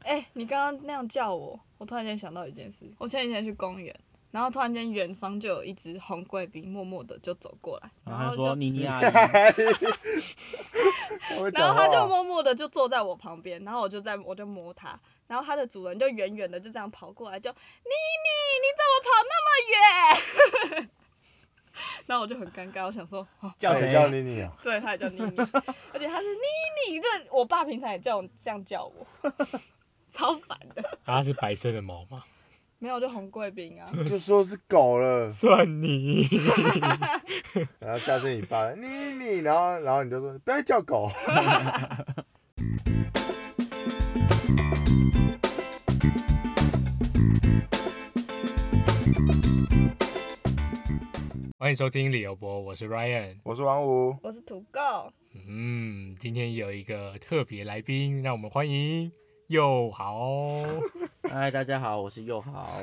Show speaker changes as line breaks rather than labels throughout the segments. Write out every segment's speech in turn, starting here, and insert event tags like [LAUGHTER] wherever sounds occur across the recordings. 哎、你刚刚那样叫我，我突然间想到一件事。我前几天去公园，然后突然间远方就有一只红贵宾默默的就走过来，
然
然
后他
后
就
就
说妮妮阿姨，
他 [LAUGHS] 会
然
讲
后
哦
它就
[LAUGHS]
话，
默默的就坐在我旁边，然后我就在我就摸它，然后它的主人就远远的就这样跑过来，就妮妮，你怎么跑那么远？ [LAUGHS] 然后我就很尴尬，我想说，哦，
叫谁
对叫妮妮啊？
对，它也叫妮妮，而且它是妮妮，就是我爸平常也叫我这样叫我， [LAUGHS] 超烦的。
它是白色的毛吗？
没有，就红贵宾啊，
就说是狗了，
[LAUGHS] 算你。
然后下次你爸 [LAUGHS] 妮妮，然后然后你就说不要再叫狗，
欢迎收听理由博，我是 Ryan。
我是王五， [LAUGHS]
我是土狗，
嗯，今天有一个特别来宾，让我们欢迎佑豪。 [LAUGHS]
嗨，大家好，我是佑豪。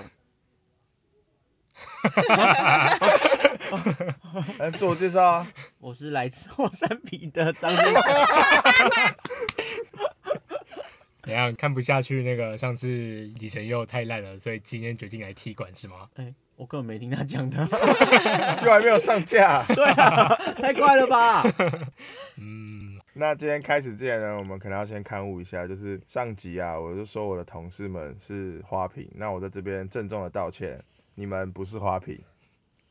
来自我介绍啊，
我是来自后山皮的张先生。
怎样看不下去？那个上次李晨佑太烂了，所以今天决定来踢馆是吗？
哎、 [LAUGHS] 我根本没听他讲的。
又还没有上架。 [LAUGHS]
对啊，太快了吧？
嗯，
那今天开始之前呢，我们可能要先勘误一下，就是上集啊，我就说我的同事们是花瓶，那我在这边郑重的道歉，你们不是花瓶，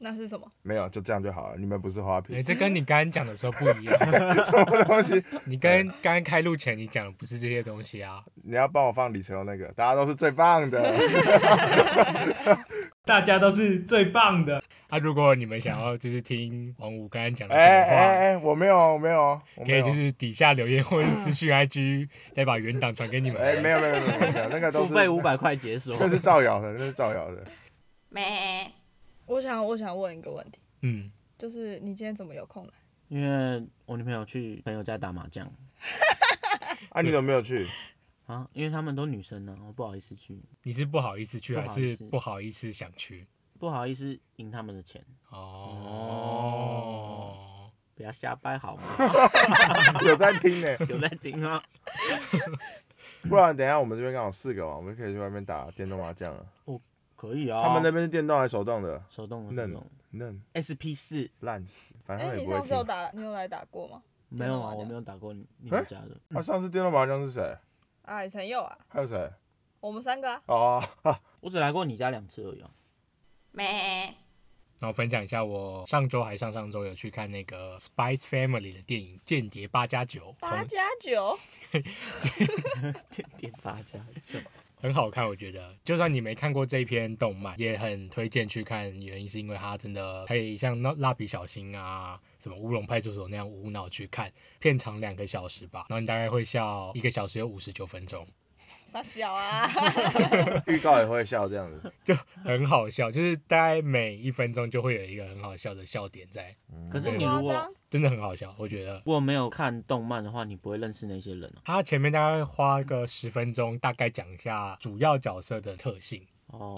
那是什么？
没有就这样就好了，你们不是花
哎、
瓶，
这跟你刚刚讲的时候不一 [LAUGHS] 样。
什么东西？
你跟刚刚开录前你讲的不是这些东西啊。
你要帮我放李成龙那个，大家都是最棒
[LAUGHS]
的。哎
大家都是最棒的。啊，如果你们想要就是听王五刚刚讲的
哎
什么话，
哎哎，我没有，我没有，我
可
没
以
有
就。是底下留言或者是私讯 IG，再把原档传给你们。
哎、没有没有没有没有没有，那个都
付
是
费五百块解锁。
那是造谣的，那是造谣的。
我想我想问一个问题，
嗯，
就是你今天怎么有空来？
因为我女朋友去朋友家打麻将
啊，你怎么没有去？ [LAUGHS]
啊，因为他们都女生呢、我不好意思去，
你是不好意思去
不
还
好
是
意思
不好意思想去？
不好意思赢他们的钱，
哦，
不要瞎掰好吗？ [LAUGHS]
有在听呢、
有在听啊？
不然等一下我们这边刚好四个嘛，我们可以去外面打电动麻将了。
可以啊。
他们那边是电动还是手动的？
手动的
嫩
手动
嫩
，SP 四
烂死，反正
哎、
他们也
你
不会
上次有
听。
打，你有来打过吗？
没有啊，
电动麻将
我没有打过你你们家的。
啊，上次电动麻将是谁？
啊，陈佑啊，
还有谁？
我们三个啊。
哦，
我只来过你家两次而 [LAUGHS] 已、啊。
然后分享一下，我上周还上上周有去看那个《Spice Family》的电影《间谍八加九》，
八
从
加 [LAUGHS] 九，
点点八家，
很好看，我觉得。就算你没看过这一篇动漫，也很推荐去看，原因是因为它真的可以像那蜡笔小新啊、什么乌龙派出所那样无脑去看，片长两个小时吧，然后你大概会笑一个小时有五十九分钟。
傻小啊！
[LAUGHS] 预告也会笑这样子。
[LAUGHS] 很好笑，就是大概每一分钟就会有一个很好笑的笑点在，
可是
对
你
夸
如果
张，
真的很好笑，我觉得。
如果没有看动漫的话，你不会认识那些人啊。
他前面大概花个十分钟，大概讲一下主要角色的特性，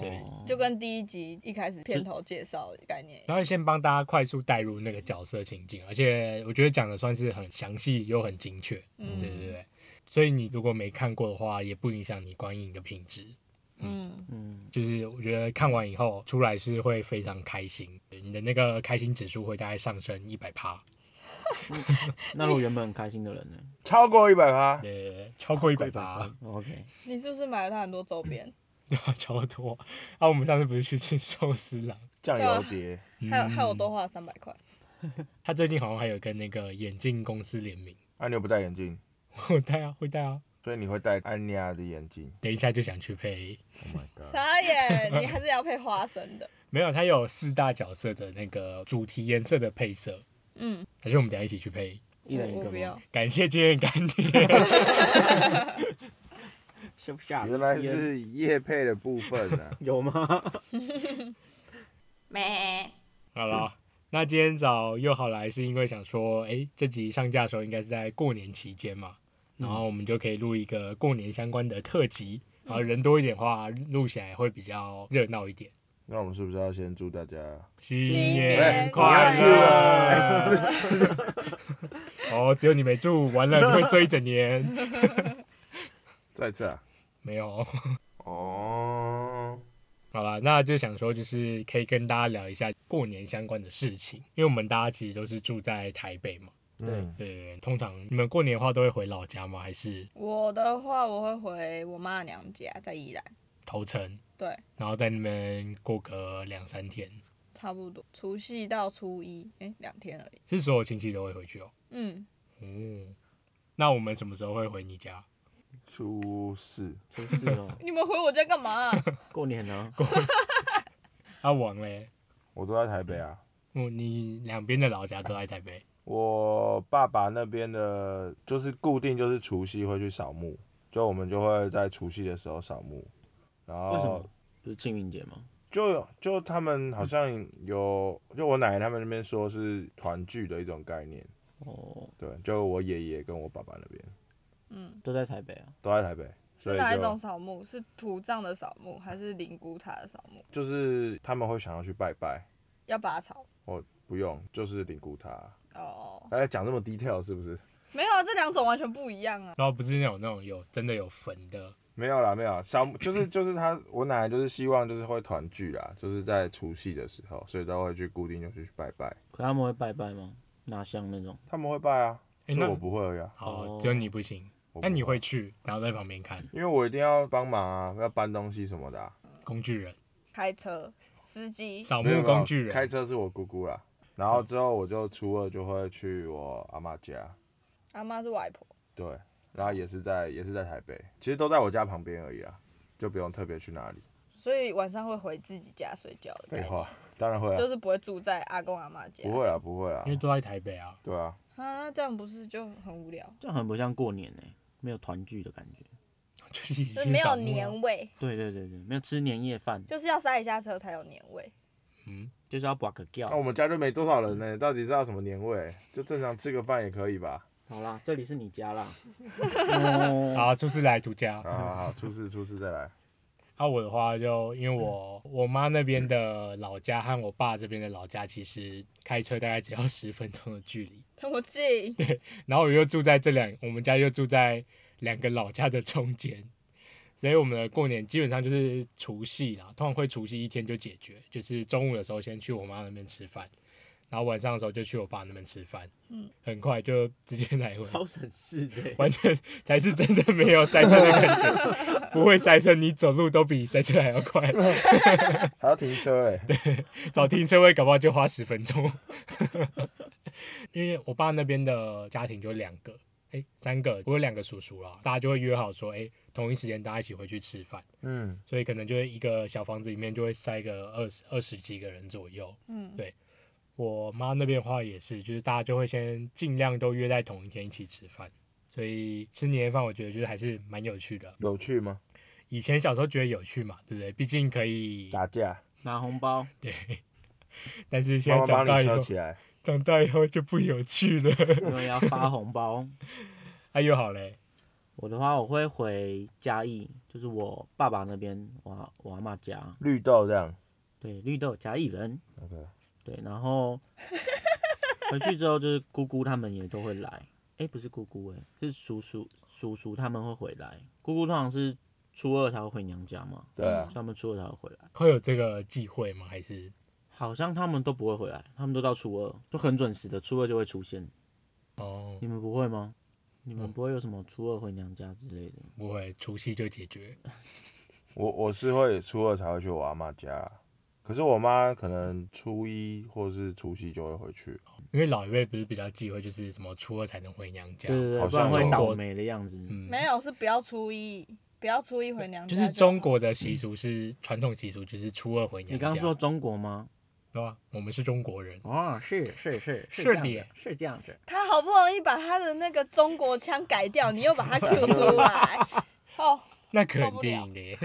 对
哦，
就跟第一集一开始片头介绍的概念一样。
然后先帮大家快速带入那个角色情境，而且我觉得讲的算是很详细又很精确，
嗯
对对对。所以你如果没看过的话，也不影响你观影的品质。
嗯，
嗯，
就是我觉得看完以后出来是会非常开心，你的那个开心指数会大概上升一百趴，
那如果原本很开心的人呢
超过一百趴，
对对对，超过一百趴。
？OK，
你是不是买了他很多周边？
[LAUGHS] 超多。啊，我们上次不是去吃寿司郎？
酱油碟，
嗯
还有还有多花了三百块。
他最近好像还有跟那个眼镜公司联名。 [LAUGHS]
啊，你又不戴眼镜，
我戴啊，会戴啊。
所以你会戴安妮亚的眼镜。
等一下就想去配。
Oh my
[LAUGHS]
god！
傻眼，你还是要配花生 [LAUGHS] 的。
没有，它有四大角色的那个主题颜色的配色，
嗯，
还是我们等一下一起去配。
[LAUGHS] 一人一
我
个
不要
吗？。
感谢今天的干爹， [LAUGHS]
是不是啊？。
原来是叶配的部分啊
有 [LAUGHS] 吗？
好了。那今天找又好来是因为想说，诶，这集上架的时候应该是在过年期间嘛，然后我们就可以录一个过年相关的特辑，然后人多一点的话，录起来会比较热闹一点。
[LAUGHS] 那我们是不是要先祝大家？
新
年
快
快
乐！哦，只有你没住，完了你会睡一整年。
再次啊，
[LAUGHS] 没有。
哦，
好啦，那就想说，就是可以跟大家聊一下过年相关的事情，因为我们大家其实都是住在台北嘛。
嗯，
对对对，通常你们过年的话都会回老家吗？还是
[LAUGHS] 我的话，我会回我妈娘家，在宜兰，
头城，
对，
然后在那边过个两三天？
差不多，除夕到初一，诶、两天而已。
是所有亲戚都会回去哦。
嗯，
哦，那我们什么时候会回你家？
初四
出事哦，
你们回我家干嘛、 [LAUGHS]
过年啊，
阿啊王嘞，
我都在台北啊。
哦，你两边的老家都在台北，
我爸爸那边的，就是固定就是除夕会去扫墓，就我们就会在除夕的时候扫墓，然
为什
后
么不是清明节吗？
就有就他们好像有，就我奶奶他们那边说是团聚的一种概念，
哦，
对，就我爷爷跟我爸爸那边
都在台北啊，
都在台北，所
是
以
哪一种
就
扫墓？是土葬的扫墓，还是灵骨塔的扫墓？
就是他们会想要去拜拜，
要拔草？
不用就是灵骨塔，
哦，
哎，讲这么 detail 是不是？
没有，啊，这两种完全不一样啊。
然后不是那种那种有真的有坟的，
没有啦，没有啦 [COUGHS] 扫墓就是就是他，我奶奶就是希望就是会团聚啦，就是在除夕的时候，所以都会去固定就去拜拜。
可他们会拜拜吗？拿香那种？
他们会拜啊，
诶
是
那
我不会而已啊。
哦
哦，
只有你不行。
我不
那你会去，然后在旁边看
因为我一定要帮忙啊，要搬东西什么的、啊。
工具人
开车司机，
扫
没有
墓
没有
哦工具人。
开车是我姑姑啦，然后之后我就初二就会去我阿妈家，
阿妈是外婆。
对，然后也是在也是在台北，其实都在我家旁边而已啊，就不用特别去哪里。
所以晚上会回自己家睡觉的
废
感觉，
话，当然会
就
啊，
是不会住在阿公阿妈家。
不会啊，不会啊
因，为都在台北啊， [LAUGHS]
对啊，
啊，那这样不是就很无聊？
这样很不像过年呢、没有团聚的感觉。
就一起
就是
去
没有
扫墓啊。
年味，
对对对对，没有吃年夜饭，
就是要塞一下车才有年味。
嗯，
就是要把个觉
啊那。我们家就没多少人呢、到底是要什么年味？就正常吃个饭也可以吧？
好啦，这里是你家啦。 [LAUGHS]
好啊，就是来独家。
好好好，初四初四再来。
啊，我的话就因为我
嗯
我妈那边的老家和我爸这边的老家，其实开车大概只要十分钟的距离。
这么近，
然后我又住在这两，我们家又住在两个老家的中间，所以我们的过年基本上就是除夕啦，通常会除夕一天就解决，就是中午的时候先去我妈那边吃饭，然后晚上的时候就去我爸那边吃饭，嗯，很快就直接来回，
超省事的、
完全才是真的没有塞车的感觉，不会塞车，你走路都比塞车还要快，
还要停车哎、
找停车位搞不好就花十分钟， [LAUGHS] 因为我爸那边的家庭就两个，哎、三个，我有两个叔叔啦，大家就会约好说，哎、同一时间大家一起回去吃饭，
嗯，
所以可能就是一个小房子里面就会塞个二十二十几个人左右。
嗯，
对我妈那边的话也是，就是大家就会先尽量都约在同一天一起吃饭，所以吃年夜饭我觉得就是还是蛮有趣的。
有趣吗？
以前小时候觉得有趣嘛，对不对？毕竟可以，
打架，
拿红包，
但是现
妈
在
妈
长
帮
大
你
以后
收，起来。
长大以后就不有趣 [LAUGHS] 了。
因为要发红包。
哎呦好嘞，
我的话，我会回嘉义，就是我爸爸那边，我阿我阿妈家。
绿豆这样。
对，绿豆嘉义人。
OK，
对，然
[LAUGHS]
后回去之后就是姑姑他们也都会来，哎、不是姑姑哎、是叔叔叔叔他们会回来。姑姑通常是初二才会回娘家嘛，
对啊
所以，他们初二才会回来。
会有这个忌讳吗？还是
好像他们都不会回来，他们都到初二，就很准时的初二就会出现。
哦
你们不会吗？你们不会有什么初二回娘家之类的？
不会，除夕就解决？
我我是会初二才会去我阿妈家啦，可是我妈可能初一或是除夕就会回去。
因为老一辈不是比较忌讳，就是什么初二才能回娘家
对，对对，
好
不然
像
会
中
倒
国
霉的样子。
啊
[LAUGHS]
嗯，
没有是不要初一，不要初一回娘
就
家
是
好
中国的习俗是传统习俗，就是初二回娘家。
你刚刚说中国吗？
对吧？我们是中国人，
哦，是是是
是
这样
的
子是这样子。
他好不容易把他的那个中国腔改掉，你又把他 Q 出来，哦，
那肯定的，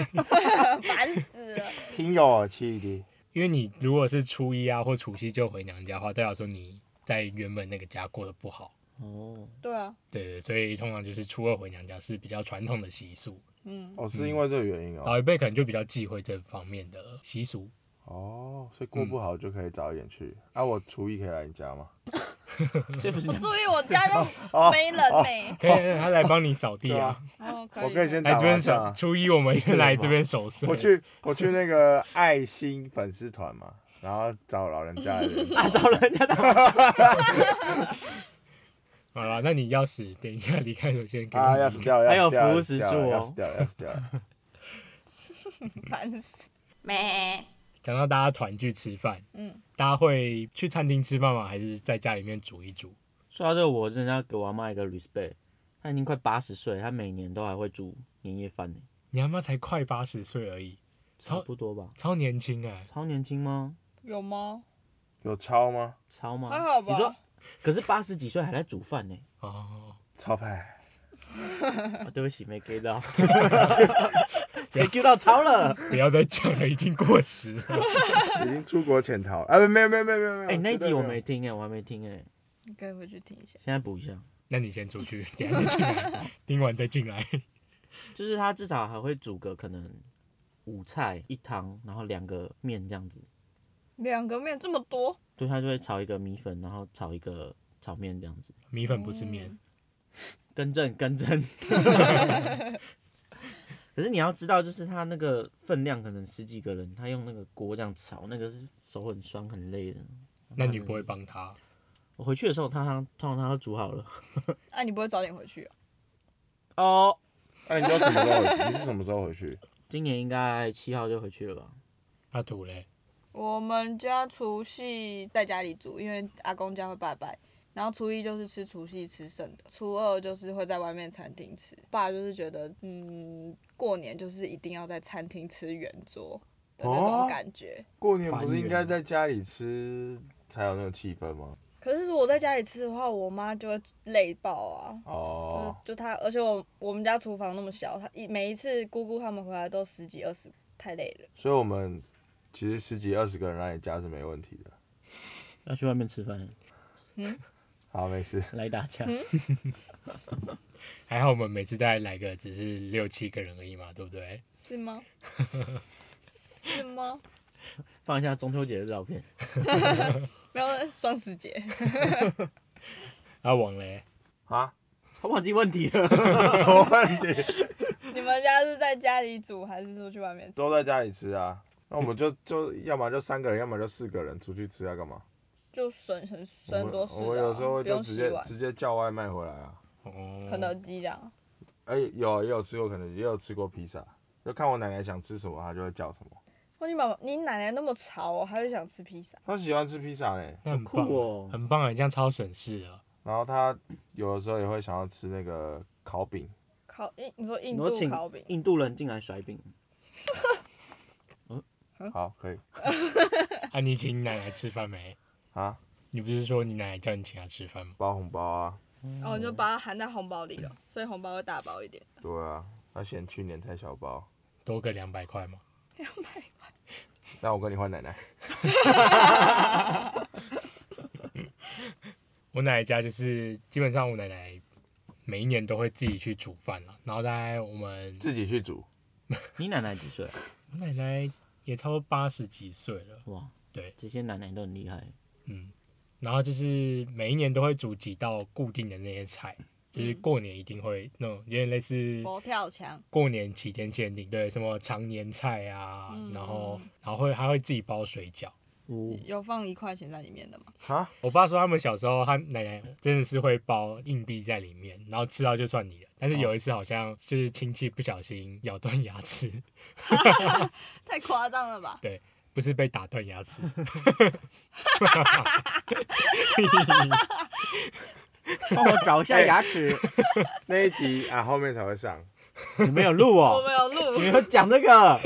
烦死了。
挺有气的。
[LAUGHS] 因为你如果是初一啊或除夕就回娘家的话，代表说你在原本那个家过得不好。
哦，
对啊，
对，所以通常就是初二回娘家是比较传统的习俗，
嗯，
哦，是因为这个原因哦。
老一辈可能就比较忌讳这方面的习俗。
哦，所以过不好就可以早一点去。啊，我初一可以来你家吗？
这不是
我
你
注意我家就没人呢、
可以让他来帮你扫地
对
啊
啊，
哦，可以。
我可以先
来
打
这
麻将
边扫。
哦啊。
初一我们先来这边守岁。
我去，我去那个爱心粉丝团嘛，然后找老人家
[LAUGHS]
的人
打到人家的，
好了，那你钥匙等一下离开首先给我
啊，钥匙掉了，
还
钥匙
有
掉了
服务时
钥匙掉
数哦
了钥匙掉了，钥匙掉了。
烦死。
讲到大家团聚吃饭，
嗯，
大家会去餐厅吃饭吗？还是在家里面煮一煮？
说到这个，我真的要给我阿妈一个 respect，她已经快八十岁，她每年都还会煮年夜饭呢，
你阿妈才快八十岁而已，
差
超
不多吧？
超年轻哎、
超年轻吗？
有吗？
有抄吗？
超
还
吗？
好
哦你说
吧。，
可是八十几岁还在煮饭呢、
哦，
抄牌。
哦对不起，没 get [LAUGHS] 到，谁 get 到超了？
不要再讲了，已经过时了。
已经出国潜逃啊！没有没有没有没有没有。
哎、 [LAUGHS] 那一
绝对
集我
有
没。听哎、我还没听哎、
你可以回去听一下。
现在补一下。
那你先出去，等一下再进来， [LAUGHS] 听完再进来。
就是他至少还会煮个可能五菜一汤，然后两个面这样子，
两个面这么多，
对，他就会炒一个米粉，然后炒一个炒面这样子。
米粉不是面，
更正更正。可是你要知道，就是他那个分量可能十几个人，他用那个锅这样炒，那个是手很酸很累的。
那你不会帮他？
我回去的时候，他他通常他都煮好了。
那、你不会早点回去、啊？
哦，
哎，你知道什么时候回？你是什么时候回去？
今年应该七号就回去了吧？
阿土嘞，
我们家除夕在家里煮，因为阿公家会拜拜。然后初一就是吃除夕吃剩的，初二就是会在外面餐厅吃。爸就是觉得，嗯，过年就是一定要在餐厅吃圆桌的那种
哦
感觉。
过年不是应该在家里吃才有那种气氛吗？
可是如果在家里吃的话，我妈就会累爆啊。
嗯
哦，
就就她，而且我我们家厨房那么小，她一每一次姑姑他们回来都十几二十，太累了。
所以我们其实十几二十个人来你家是没问题的。
要去外面吃饭，
好，没事。
来打架。
嗯
还好我们每次再来个只是六七个人而已嘛，对不对？
是吗？ [LAUGHS] 是吗？
[LAUGHS] 放一下中秋节的照片。
没有双十节，
阿王嘞，
[LAUGHS] 啊？
我忘记问题了。
什么问题？
[LAUGHS] 你们家是在家里煮还是说去外面吃？
都在家里吃啊。那我们就 [LAUGHS] 就要么就三个人，要么就四个人出去吃啊，干嘛？
就省很
我
省很
们
多事、啊
我们有时候
不
就
用
直
洗
接
碗，
直接叫外卖回来啊。
哦，
肯德基这样。
哎、有也有吃过，可能也有吃过披萨，就看我奶奶想吃什么，她就会叫什么。
哇，你妈妈，你奶奶那么吵、哦，还会想吃披萨？
她喜欢吃披萨嘞，
那很棒啊
好酷哦
很棒啊，你这样超省事啊了。
然后她有的时候也会想要吃那个烤饼，
烤印，你说印
我
度
请
烤饼？
印度人进来甩饼，
嗯
好，可以
啊，你请你奶奶吃饭没？
啊，
你不是说你奶奶叫你请她吃饭吗？
包红包啊，
哦，你就把它含在红包里了，所以红包会大包一点。
对啊，她嫌去年太小包，
多个两百块吗？
那我跟你换奶奶，
我奶奶家就是基本上我奶奶每一年都会自己去煮饭了，然后大概我们
自己去煮，
你奶奶几岁啊？
奶奶也超过八十几岁了，
哇，
对，
这些奶奶都很厉害。
嗯，然后就是每一年都会煮几道固定的那些菜，就是过年一定会那种有点类似
佛跳墙，
过年期间限定，对，什么常年菜啊，
嗯
然后然后会还会自己包水饺。
哦，
有放一块钱在里面的吗？ [LAUGHS]
啊，
我爸说他们小时候，他奶奶真的是会包硬币在里面，然后吃到就算你的。但是有一次好像就是亲戚不小心咬断牙齿， [LAUGHS]
太夸张了吧！
对，不是被打断
[LAUGHS]
牙齿，
帮我找一下牙齿。
那一集啊后面才会上，
你没有录
[LAUGHS] 我
[LAUGHS] 哦，
没有
你没
录，
有讲这个，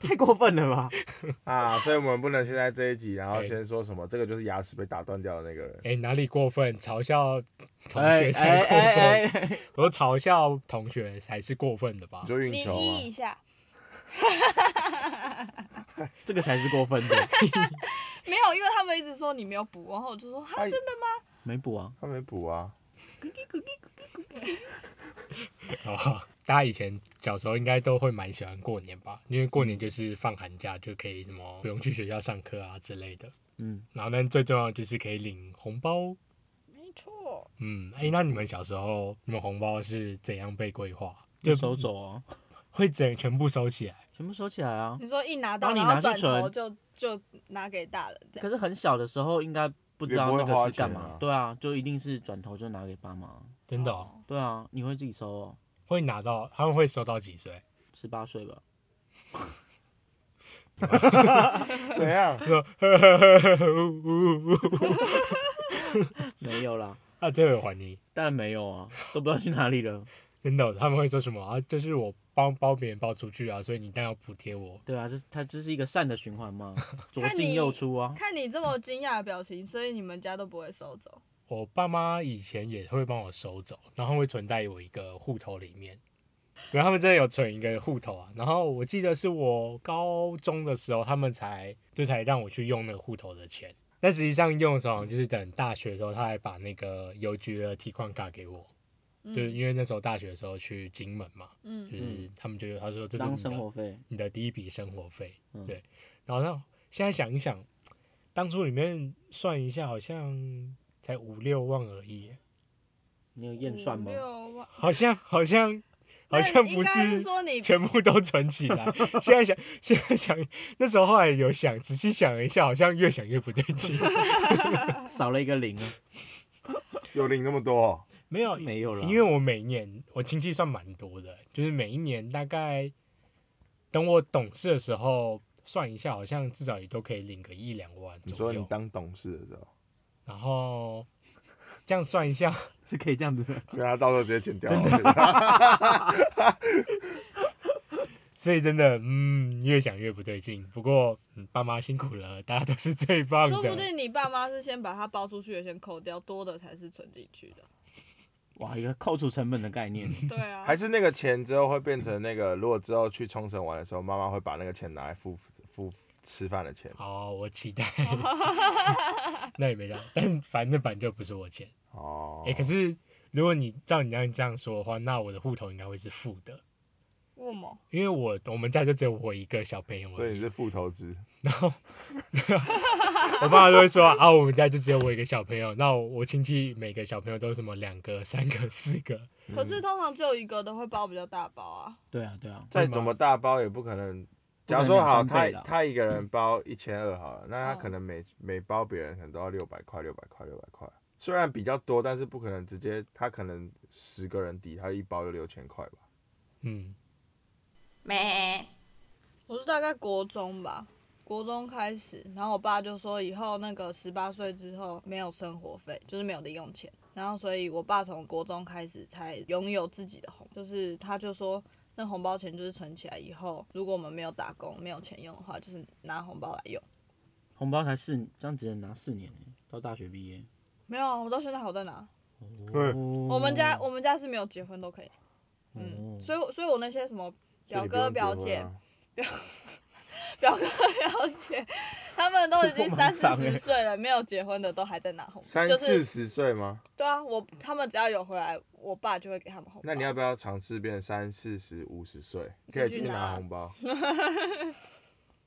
太过分了吧？
[LAUGHS] 啊，所以我们不能先在这一集，然后
哎
先说什么，这个就是牙齿被打断掉的那个人，
哎、哪里过分？嘲笑同
哎
学
哎
才过分，
哎哎，
我说嘲笑同学才是过分的吧
你？说运哦
你
球
一
吗？
一下，
这个才是过分的，
没有，因为他们一直说你没有补，然后我就说哈
哎
真的吗？
没补啊。
他没补啊，
哦，大家以前小时候应该都会蛮喜欢过年吧，因为过年就是放寒假就可以什么不用去学校上课啊之类的。
嗯，
然后，但最重要的就是可以领红包，嗯，哎、那你们小时候你们红包是怎样被规划？
就
就
收走啊，
会整全部收起来？
全部收起来啊。
你说一拿到，
帮你
然
拿
后
去
转头
存
就就拿给大人这样。
可是很小的时候应该不知道
也
那
不会花
个是干
钱
嘛
啊，
对啊，就一定是转头就拿给爸妈。
真的、哦、
对啊，你会自己收哦，
会拿到？他们会收到几 [LAUGHS] 岁？
十八岁吧？
怎
[LAUGHS]
样？
没有啦，
啊，这个有还你。
当然没有啊，都不知道去哪里了。
真的哦、他们会说什么啊？就是我帮包别人包出去啊，所以你当然要补贴我。
对啊，这它这是一个善的循环 [LAUGHS] 嘛，左
看
进
你
右出啊。
看你这么惊讶的表情，所以你们家都不会收走。
我爸妈以前也会帮我收走，然后会存在我一个户头里面。然后他们真的有存一个户头啊，然后我记得是我高中的时候，他们才就才让我去用那个户头的钱。但实际上用的时候，就是等大学的时候，他还把那个邮局的提款卡给我，
嗯
就是因为那时候大学的时候去金门嘛，
嗯
就是他们就他说这是你
当
的
生活费，
你的第一笔生活费，
嗯
对。然后呢现在想一想，当初里面算一下，好像才五六万而已，
你有验算吗
五？六万
好像好像好像
那应
不
该
是
是说你
[LAUGHS] 全部都存起来。现在想， [LAUGHS] 现在想，那时候后来有想，仔细想了一下，好像越想越不对劲。
少了一个零啊，
有领那么多哦、
[LAUGHS] 没有，
没有了。
因为我每年我亲戚算蛮多的，就是每一年大概等我懂事的时候算一下，好像至少也都可以领个一两万
你
左
说你
右。
当董事的时候，
然后这样算一下，
是可以这样子的，
让他到时候直接剪掉。我
所以真的，嗯，越想越不对劲。不过，嗯，爸妈辛苦了，大家都是最棒
说不
的。
定你爸妈是先把它包出去的先扣掉，多的才是存进去
[LAUGHS]
的。
哇，一个扣除成本的概念，
对啊，
[LAUGHS] 还是那个钱之后会变成那个，如果之后去冲绳玩的时候，妈妈会把那个钱拿来付付吃饭的钱。
好，我
[LAUGHS]
期待。 [LAUGHS] 那也没啦，但反正本就不是我钱。
哦，
哎、可是如果你照你这样这样说的话，那我的户头应该会是负的，
为什么？
因为我我们家就只有我一个小朋友
所
而
以你
已。
是副投资，
[LAUGHS] 我爸妈都会说啊，我们家就只有我一个小朋友，那我我亲戚每个小朋友都什么两个、三个、四个，
嗯
可是通常只有一个的会包比较大包啊。
对啊，对啊，
再怎么大包也不可能。
不
假
可能
如说好，
两三
他
倍啦
他一个人包一千二好了，那他
嗯
可能每每包别人可能都要六百块，六百块，六百块。虽然比较多，但是不可能直接，他可能十个人抵他一包就六千块吧。
嗯，
我是大概国中吧，国中开始，然后我爸就说以后那个十八岁之后没有生活费，就是没有零用钱。然后所以我爸从国中开始才拥有自己的红，就是他就说那红包钱就是存起来以后，如果我们没有打工没有钱用的话，就是拿红包来用。
红包才四，这样只能拿四年欸到大学毕业。
没有啊，我到现在还在拿。
哦对
我们家我们家是没有结婚都可以，
嗯
所以我所以我那些什么
所以
表
你不
哥
用结
表姐
婚啊
表哥表姐，他们都已经
都
三
蛮
四
长欸
十岁了，没有结婚的都还在拿红包，
三
就
四
是
十岁吗？
对啊，我他们只要有回来，我爸就会给他们红包。
那你要不要尝试变三四十、五十岁，可以
继
继
续
续拿
拿
红包？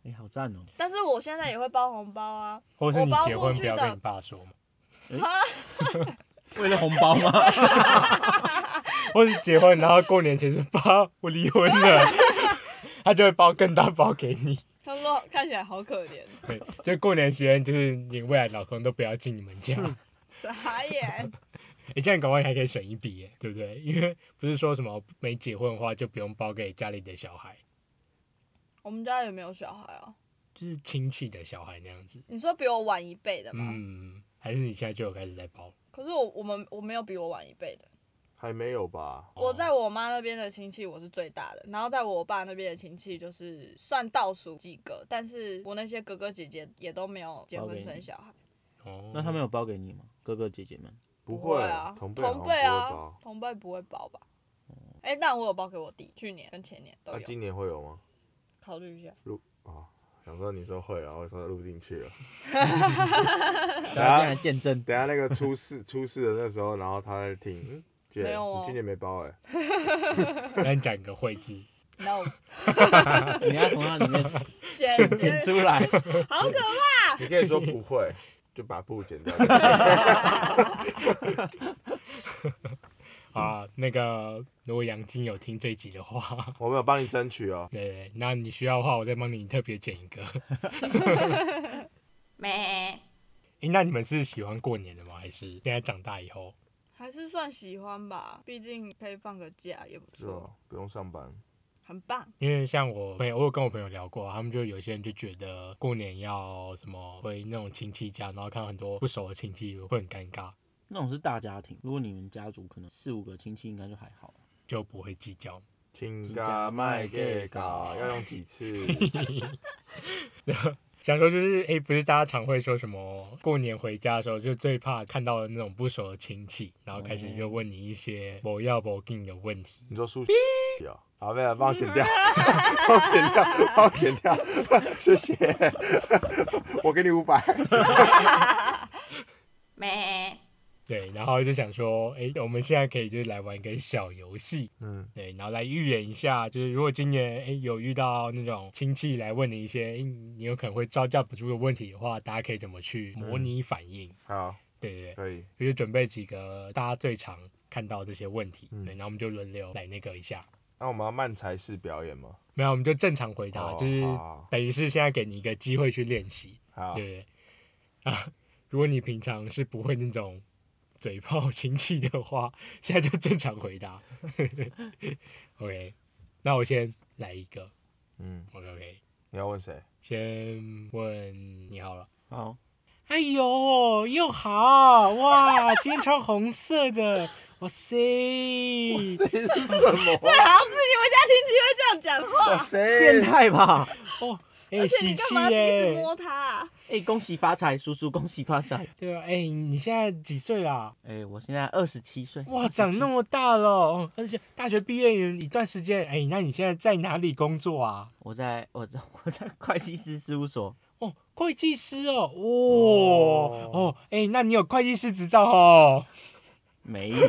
哎、好赞哦、
但是我现在也会包红包啊，
或者是你
我包
结婚
出去
不要跟
的
你爸说嘛，
为了红包吗？
或是结婚然后过年前说爸我离婚了， [LAUGHS] 他就会包更大包给你。
他说看起来好可怜，
对，就过年期间，就是你未来老公都不要进你们家。
嗯
[LAUGHS]
傻 [LAUGHS] 眼。
哎、这样搞完还可以省一笔耶，对不对？因为不是说什么没结婚的话就不用包给家里的小孩，
我们家也没有小孩啊，
就是亲戚的小孩那样子。
你说比我晚一辈的
啊
吗？
嗯，还是你现在就有开始在包？
可是我我们我没有比我晚一辈的。
还没有吧？
我
哦
在我妈那边的亲戚我是最大的，然后在我爸那边的亲戚就是算倒数几个，但是我那些哥哥姐姐也都没有结
包
婚
给你
生小孩。
[LAUGHS]
哦，
那他们有包给你吗？哥哥姐姐们，
不
不
会
啊，
同辈好像
同
不会
辈啊
包。，
同辈不会包吧？哎、但我有包给我弟，去年跟前年都
那、
有，
啊今年会有吗？
考虑一下。
想说你说会，然后说录进去了。
大家现在见证
[LAUGHS] 等一下那个出事出事的那时候，然后他在听，嗯姐，
没有哦
你今年没包哎、
那你讲一个会字，
然
[LAUGHS]
后
啊你要从他里面
选
剪出来， [LAUGHS]
好可怕，
你可以说不会，就把布剪掉。
啊、那个如果杨金有听这一集的话， [LAUGHS]
我们有帮你争取哦。
对对，那你需要的话，我再帮你特别剪一个。
咩？
诶、那你们是喜欢过年的吗？还是现在长大以后？
还是算喜欢吧，毕竟可以放个假也不
是
错
哦，，不用上班。
很棒。 [LAUGHS]
因为像我朋友，我有跟我朋友聊过，他们就有些人就觉得过年要什么回那种亲戚家，然后看到很多不熟的亲戚会很尴尬，
那种是大家庭，如果你们家族可能四五个亲戚，应该就还好。
就不会计较。
请假卖给搞，要用几次？
想说就是，哎、不是大家常会说什么过年回家的时候，就最怕看到那种不熟的亲戚，然后开始就问你一些不要不定的问题。
你说 [LAUGHS] 输有？好，没有，帮我剪掉，帮我剪掉，帮我剪掉， [LAUGHS] 谢谢。我给你五百。
咩？
对，然后就想说，哎、我们现在可以就是来玩一个小游戏，
嗯，
对，然后来预演一下，就是如果今年哎、有遇到那种亲戚来问你一些、诶你有可能会招架不住的问题的话，大家可以怎么去模
嗯
拟反应？
好，
对对对，
可以。
就是准备几个大家最常看到这些问题，
嗯
对，然后我们就轮流来那个一下。
那我们要慢才式表演吗？
没有，我们就正常回答，
哦
就是
好
等于是现在给你一个机会去练习，
好
对，不对？啊，如果你平常是不会那种嘴炮亲戚的话，现在就正常回答。OK，那我先来一个
嗯，
，OK OK，
你要问谁？
先问你好了。
好，
哎呦，又好
[LAUGHS]
哇！今天穿红色的，哇塞！
谁是
[LAUGHS]
什么？
好像是你们家亲戚会这样讲话，
变
谁？
态吧？
哦，哎、
而且
喜
你干
气
嘛
耶、
一直摸它啊？
哎、恭喜发财，叔叔，恭喜发财。
对啊，哎、你现在几岁啦、
哎、我现在二十七岁。
哇，长那
么
么大了，哦而且大学毕业有一段时间，哎、那你现在在哪里工作啊？
我在我在我在会计师事务所。
哦，会计师哦，哦哦，哎、那你有会计师执照哦？
啊
没有， [LAUGHS]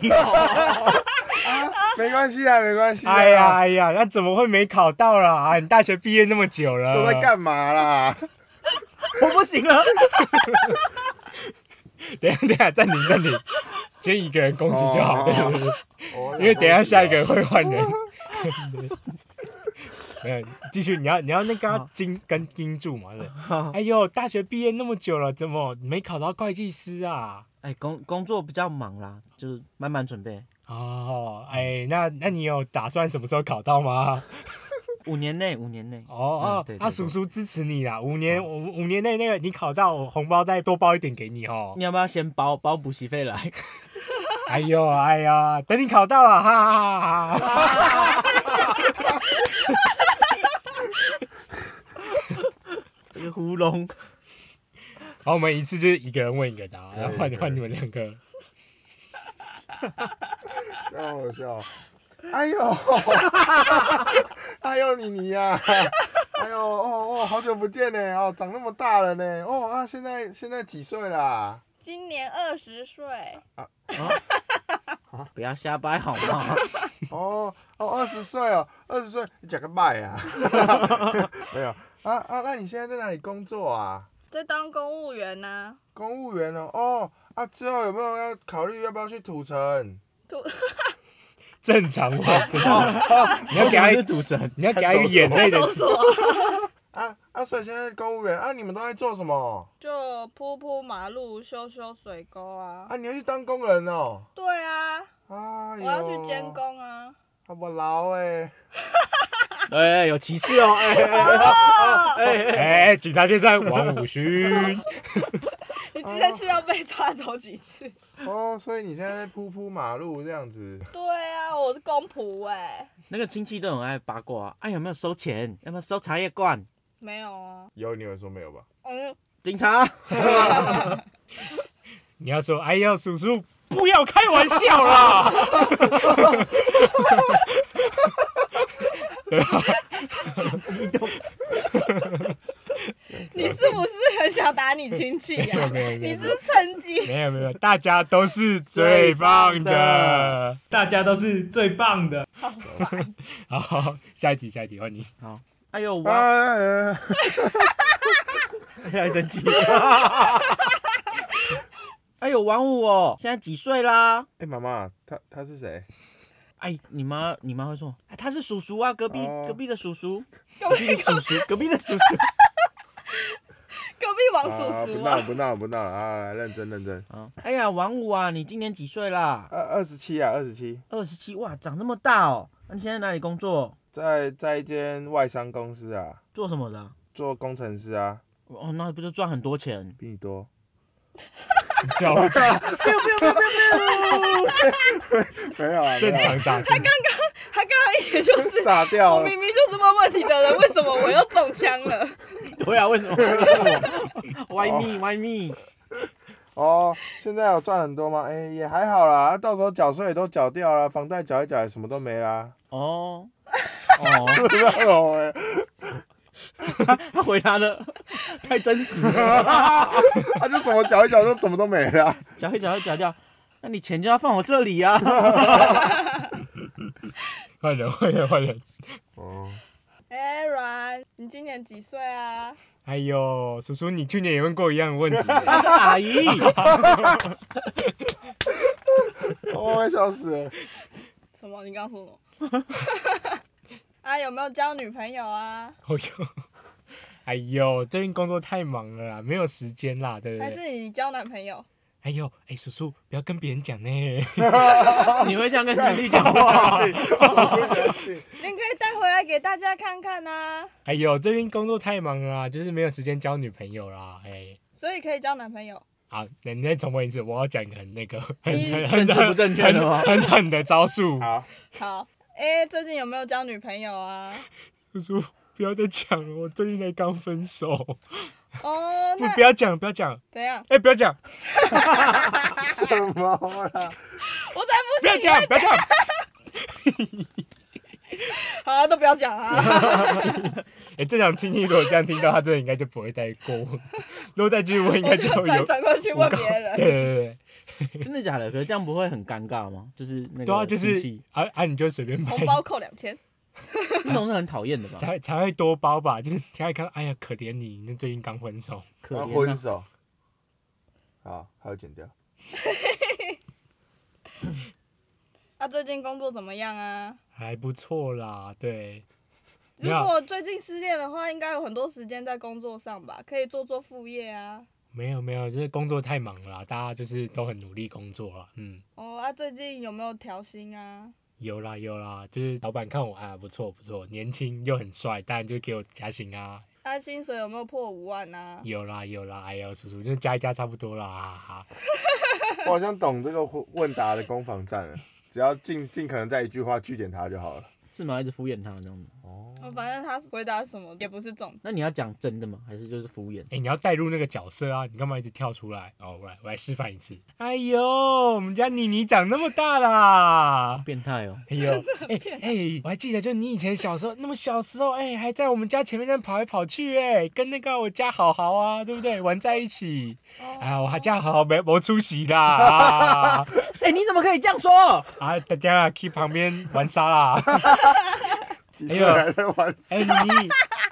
没关系啊，没关系啊。
哎呀哎呀，那怎么会没考到啦？啊，你大学毕业那么久了，
都在？干嘛啦？
我不行了。
[LAUGHS] 等一下等一下，暂停暂停，先一个人攻击就好，
哦
对对对，
哦
[LAUGHS] 因为等一下下一个人会换人。 [LAUGHS] 没有，继续，你要你要那个
哦
要盯跟盯住嘛，对。
好
哎呦，大学毕业那么久了，怎么没考到会计师啊？
哎、工工作比较忙啦，就是慢慢准备。
哦，哎，那那你有打算什么时候考到吗？
五年内，五年内。
哦哦
嗯，对对
啊，
对哦
叔叔支持你啦，五年五五年内那个你考到，我红包再多包一点给你哦。
你要不要先包包补习费来？
哎呦哎呀，等你考到了，哈哈哈哈！
[LAUGHS] 这个糊弄，
好，我们一次就是一个人问一个答，然后换
对
换你们两个。
太好笑。哎呦， [LAUGHS] 哎呦你你呀、哎呦哦哦，好久不见呢，哦长那么大了呢，哦啊现在现在几岁啦？
今年二十岁，
不要瞎掰好 [LAUGHS] 吗？
哦哦二十岁哦，二十岁你讲个麦啊？ [LAUGHS] 没有啊啊，那你现在在哪里工作啊？
在当公务员呢、
公务员哦哦啊，之后有没有要考虑要不要去土城？
正常话，正常 [LAUGHS] 话你要给他
我
一
是，赌城，
你要给他一个眼泪的，
啊啊，所以现在是公务员啊，你们都在做什么？
就铺铺马路、修修水沟啊
啊，。你要去当工人哦？
对啊，
啊，
哎
我要去监工啊。
啊，我老哎、
[LAUGHS] 哎、有歧视 [LAUGHS] 哦，哎、哎哎
哎哎，警察先生王武勋， [LAUGHS]
你今天是要被抓走几次？ [LAUGHS]
哦，所以你现在在铺铺马路这样子，
对啊，我是公仆哎、
那个亲戚都很爱八卦、啊，哎、有没有收钱？要不要收茶叶罐？
没有啊。
有你有说没有吧？
嗯，
警察，
你要说，哎呀，叔叔不要开玩笑啦，对吧？
激动，
哎
你
啊
是不是很想打你亲戚呀、
没有没有没
你
有
是不是趁机？
没有没有，大家都是最棒
最棒的
的，大家都是最棒的。 [LAUGHS] 好，下一题，下一题换你。
好，哎呦，我
啊，
哎太生气， [LAUGHS] 哎呦，玩我哦，现在几岁啦？
哎、妈妈，他他是谁？
哎，你妈你妈会说，哎，他是叔叔啊，隔壁、
哦
隔壁的叔叔， [LAUGHS] 隔壁的叔叔， [LAUGHS] 隔壁的叔叔。
隔壁王叔
不
叔
闹了
啊，
不闹了不闹了啊！来认真认真。
啊，哎呀，王五啊，你今年几岁啦？
二二十七啊，二十七，
二十七，哇，长那么大哦。那、你现在哪里工作？
在在一间外商公司啊，
做什么的？
做工程师啊，
哦，那不就赚很多钱？
比你多。
叫
没有啊，
正常打 [LAUGHS] 字。
他刚刚也就是
啊
傻掉
我
了
明。明就是问问题的人，为什么我又中枪了？
[LAUGHS] 对啊，为什么 [LAUGHS] ？Why me? Why me？
哦，现在有赚很多吗？哎、也还好啦，到时候缴税也都缴掉了，房贷缴一缴，也什么都没啦。 [LAUGHS]
哦哦，
那种哎
他回答的 [LAUGHS] 太真实了，
他啊就怎么缴一缴就怎么都没了。
讲一讲就讲掉。那你钱就要放我这里 [LAUGHS] 啊！
换人，换人，换人。
哦，
哎、阮，你今年几岁啊？
哎呦，叔叔，你去年也问过一样的 [LAUGHS] 问题耶，
他是阿姨，
我哦快笑死了。
什么？你刚刚说什么？ [LAUGHS] 啊，有没有交女朋友啊？
[LAUGHS] 哎呦，哎呦，最近工作太忙了啦，没有时间啦，对不
还
对？
是你交男朋友？
哎呦，哎，叔叔，不要跟别人讲呢。 [LAUGHS]
你会这样跟弟弟讲话？
你可以带回来给大家看看啊，
哎呦，最近工作太忙了啦，就是没有时间交女朋友啦，哎。
所以可以交男朋友。
好，那你再重问一次，我要讲一个很那个 [LAUGHS] 很
你
很
政
很
治不正确的吗？
很狠的招
[LAUGHS]
数。
好，
好，哎、最近有没有交女朋友啊？
叔叔，不要再讲了，我最近才刚分手。
哦，
不，
那
不要讲，不要讲，
怎样？
哎，不要讲，
什么啦？
我才不
不要
信！
讲，不要讲。
好、啊，都不要讲啊。
哎，正常亲戚如果这样听到，他真的应该就不会再过问。如果再继续问，应
我
[LAUGHS] 该就
就
有
转转过去
我
问
告
别
对
人。
对
[LAUGHS]
对
真的假的？可是这样不会很尴尬吗？就是那个
对，对啊，就
亲
是
戚
啊啊，你就随便买
红，包扣两千，
那种是很讨厌的吧？
[LAUGHS] 才才会多包吧。就是他一看，哎呀，可怜你，那最近刚分手。
[LAUGHS] 可
然后
怜
分
啊
手。好，还有剪掉。
那、啊最近工作怎么样啊？
还不错啦，对。没
如
有
果最近失恋的话，应该有很多时间在工作上吧，可以做做副业啊。
没有没有，就是工作太忙了啦，大家就是都很努力工作了，嗯，
哦，啊，最近有没有调薪啊？
有啦有啦，就是老板看我啊不错不错，年轻又很帅，当然就给我加薪啊，
啊，薪水有没有破五万啊？
有啦有啦，哎呦叔叔就加一加差不多啦，哈哈
我好像懂这个问答的攻防战了，只要尽尽可能在一句话据点他就好了。
是吗？一直敷衍他这样子。
哦反正他回答什么也不是重点。
那你要讲真的吗？还是就是敷衍？
哎、你要带入那个角色啊，你干嘛一直跳出来？哦，我来我来示范一次，哎呦，我们家妮妮长那么大啦。
变态哦！
哎呦，哎哎、我还记得，就你以前小时候，那么小时候，哎、还在我们家前面那跑来跑去、哎，跟那个我家好好啊，对不对？玩在一起。
哦，
啊，我还这样好好没没出息啦！啊
哎、你怎么可以这样说？
啊，大家去旁边玩沙
[LAUGHS]
啦！
几岁还在玩？
哎、你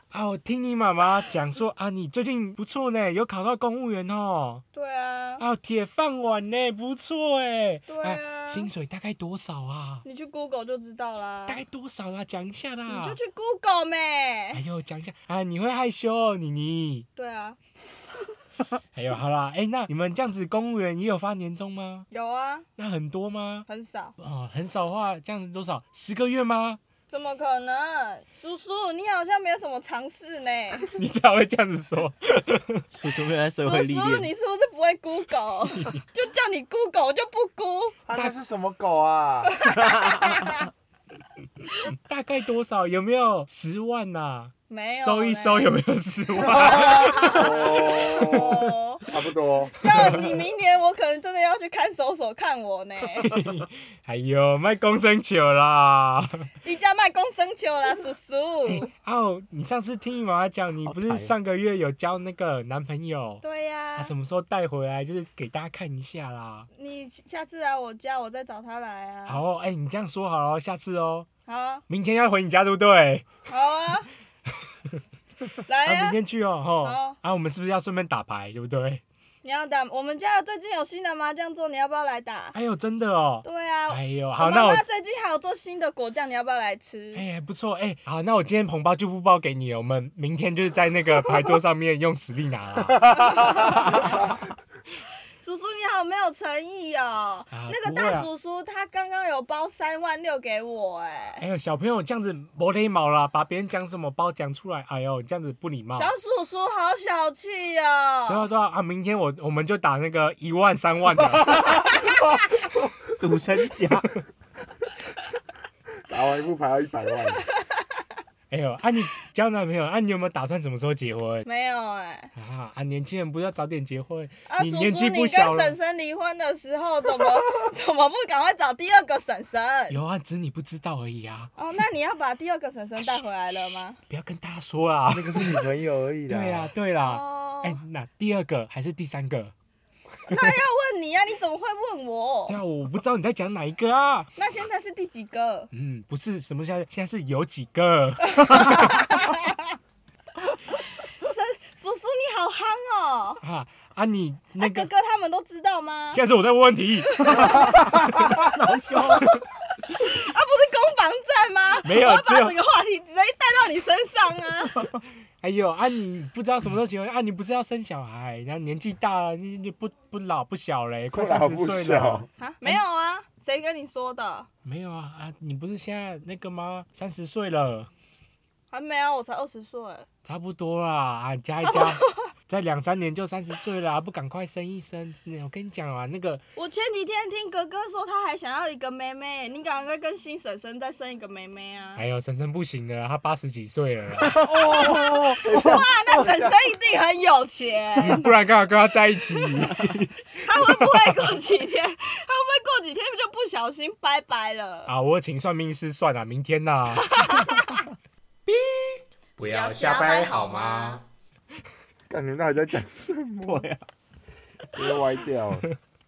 啊，我听你妈妈讲说啊，你最近不错呢，有考到公务员哦。
对啊，
啊，铁饭碗呢，不错哎。
对啊
哎薪水大概多少啊？
你去 Google 就知道啦
大。概多少啦？讲一下啦。
你就去 Google 呗
哎。呦，讲一下啊，你会害羞、哦，妮妮。
对啊，
哎呦，好啦，哎、那你们这样子，公务员也有发年终吗？
有啊，
那很多吗？
很少，
哦，很少的话，这样子多少？十个月吗？ [LAUGHS]
怎么可能？叔叔，你好像没有什么尝试
[LAUGHS]
呢。
你才会这样子
[LAUGHS]
说。
叔叔没有在社
叔
会历
叔，
练
你。是不是不会 Google？就
[LAUGHS]
叫你 Google 我就不 Google。
啊，那是什么狗啊？
大概多少？有没有十万呐、
没有。
收一收，。有没有十
[LAUGHS]
万？
哦，
哦，
差不多。
[LAUGHS] 那你明年我可能真的要去看手手看我
[LAUGHS]
呢。
哎呦，卖公生球啦！
[LAUGHS] 你家卖公生球啦，叔
[LAUGHS]
叔。
哦，你上次听你妈妈讲，你不
好
是
抬
上个月有交那个男朋友？
对呀、
啊，什么时候带回来？就是给大家看一下啦。
你下次来我家，我再找他来啊。
好、哦，哎、你这样说好了，下次哦，
好啊，
明天要回你家对不对？
好
[LAUGHS]
啊，来
啊，明
啊，
天去哦，
好
吼。啊，我们是不是要顺便打牌，对不对？
你要打我们家最近有新的麻将做，你要不要来打？
哎呦，真的哦。
对啊，
哎呦，
我
好，那
妈
我
妈最近还有做新的果酱，你要不要来吃？
哎、不错哎、好，那我今天红包就不包给你了，我们明天就是在那个牌桌上面用实力拿
[LAUGHS]
啦。
叔叔你好没有诚意哦、
啊
那个
不会
大
啊
叔叔他刚刚有包三万六给我哎、
哎呦，小朋友这样子没礼貌啦，把别人讲什么包讲出来，哎呦，这样子不礼貌。
小叔叔好小气
对啊
哦、
对啊，啊，明天我我们就打那个一万
[LAUGHS]
三万的，
赌身家，
[LAUGHS] 打完一副牌要一百万，
哎呦，啊你交男朋友，啊你有没有打算什么时候结婚？
没有哎、
啊啊，年轻人不要早点结婚，
啊，
你
叔
年纪
叔，
不
你
小
跟
了
婶。婶离婚的时候，怎么 [LAUGHS] 怎么不赶快找第二个婶婶？
有啊，只是你不知道而已啊，
哦，那你要把第二个婶婶带回来了吗？
[LAUGHS] 不要跟大家说啊。
那个是女朋友而已啦。
对啊啦，对啦，
哦，
哎、那第二个还是第三个？
那要问你啊呀、你怎么会问我
[LAUGHS] 对？啊，我不知道你在讲哪一个啊。
那现在是第几个？
嗯，不是什么现在，现在是有几个？
婶叔叔你好憨哦、
啊啊你，
那
那个，
哥哥他们都知道吗？
现在是我在问问题，
好凶！
啊，不是攻防战吗？
[LAUGHS] 没有
我要把
只有
整个话题直接带到你身上
[LAUGHS]
啊！
哎呦，啊你不知道什么时候结婚啊？你不是要生小孩？然后年纪大了，你你不不老不小嘞，快
不
三
老
十
不
岁
小
了。，
啊，没有啊，谁跟你说的？
没有啊啊，你不是现在那个吗？三十岁了，
还没啊有，我才二十岁。
差不多啦啊，加一加，再两三年就三十岁了、啊，不赶快生一生？我跟你讲啊，那个
我前几天听哥哥说他还想要一个妹妹，你赶快跟新婶婶再生一个妹妹啊！
哎呦，婶婶不行了，她八十几岁了啦，
哇，那婶婶一定很有钱，
[LAUGHS] 嗯不然干嘛跟她在一起？ [LAUGHS]
她会不会过几天，她会不会过几天就不小心拜拜了？
啊，我请算命师算了、明天呐、
不要瞎掰好吗？
感觉到底在讲什么？
对啊，
别歪掉了。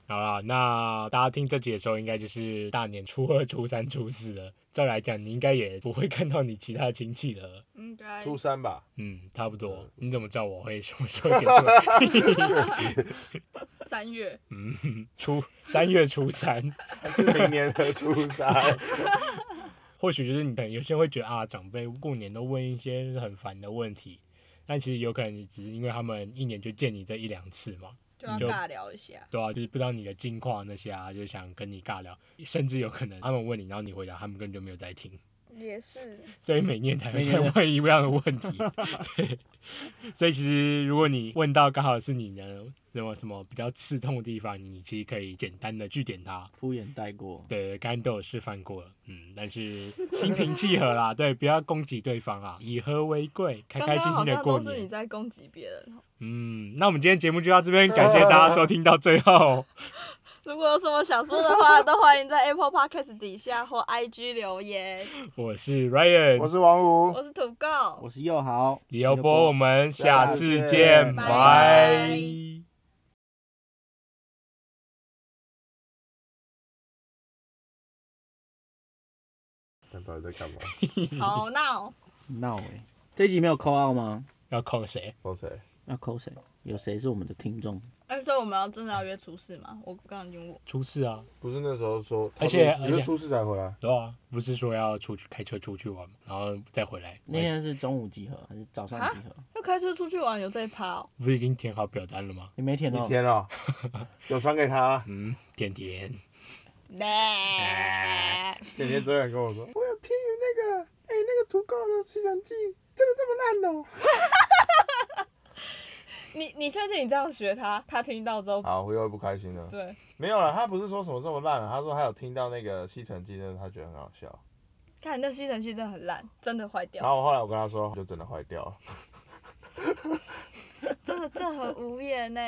好啦，那大家听这集的时候，应该就是大年初二、初三、初四了。照来讲，你应该也不会看到你其他亲戚了。
应该
[LAUGHS] 初三吧，
嗯，差不多。你怎么知道我会什么时候结束？
确实
三月。
嗯，初三月初三，
还是明年的初 [LAUGHS] 三。
或许就是你可能有些人会觉得啊，长辈过年都问一些就是很烦的问题，但其实有可能只是因为他们一年就见你这一两次嘛。
就要
就
尬聊一下，
对啊，就是不知道你的近况那些啊，就想跟你尬聊，甚至有可能他们问你，然后你回答，他们根本就没有在听。 [LAUGHS]
也是。
所以每年才会
每
再
年
问一样的问
[LAUGHS]
题。对，所以其实如果你问到刚好是你的什么什么比较刺痛的地方，你其实可以简单的据点它。
敷衍带过，
对，刚刚都有示范过了，嗯，但是心平气
[LAUGHS]
和啦，对，不要攻击对方啊，以和为贵，开
刚
开
刚
心
好
心的
像
过
都是你
年。
在攻击别人。
嗯，那我们今天节目就到这边，感谢大家收听到最后。
如果有什么想说的话，都欢迎在 Apple Podcast 底下或 IG 留言。
我是
我
Ryan，
是王五，
我是土狗
我，是佑豪，
李欧波，我们下次
下次
见，
见
拜
拜
看到底在干嘛？
好哦闹。
闹哎，这集没有扣二吗？
要扣谁？
说谁？
要扣谁？有谁是我们的听众？
哎，对，我们要真的要约出事吗？我刚刚已经问。
出事啊！
不是那时候说，哦
而且
你是
而且
初四才回来，
对啊，不是说要出去开车出去玩，然后再回来。
那天是中午集合还是早上集合？
要开车出去玩有这一趴哦。
不是已经填好表单了吗？
你没填
一
哦，
天 [LAUGHS] 哦，有传给他，
嗯，填填。
点点昨天跟我说， [LAUGHS] 我有听那个，哎、那个土狗的吸尘器真的这么烂哦？
[LAUGHS] 你你确定你这样学他，他听到之后，
好，我又会不开心了。
对，
没有了，他不是说什么这么烂了，啊他说他有听到那个吸尘器，真的他觉得很好笑。
看那吸尘器真的很烂，真的坏
然
掉，
后我后来我跟他说，就真的坏掉了。
真的这很无言呢。